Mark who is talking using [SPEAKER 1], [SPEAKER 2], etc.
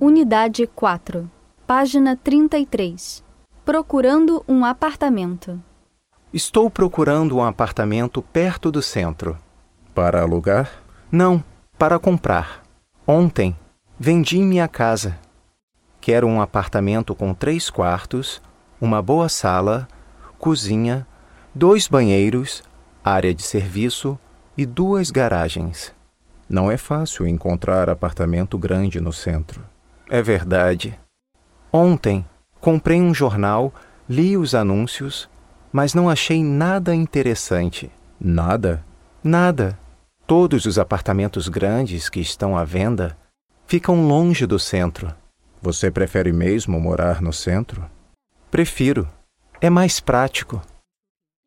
[SPEAKER 1] Unidade 4, página 33. Procurando um apartamento.
[SPEAKER 2] Estou procurando um apartamento perto do centro.
[SPEAKER 3] Para alugar?
[SPEAKER 2] Não, para comprar. Ontem vendi minha casa. Quero um apartamento com três quartos, uma boa sala, cozinha, dois banheiros, área de serviço e duas garagens.
[SPEAKER 3] Não é fácil encontrar apartamento grande no centro.
[SPEAKER 2] É verdade. Ontem comprei um jornal, li os anúncios, mas não achei nada interessante.
[SPEAKER 3] Nada?
[SPEAKER 2] Nada. Todos os apartamentos grandes que estão à venda ficam longe do centro.
[SPEAKER 3] Você prefere mesmo morar no centro?
[SPEAKER 2] Prefiro. É mais prático.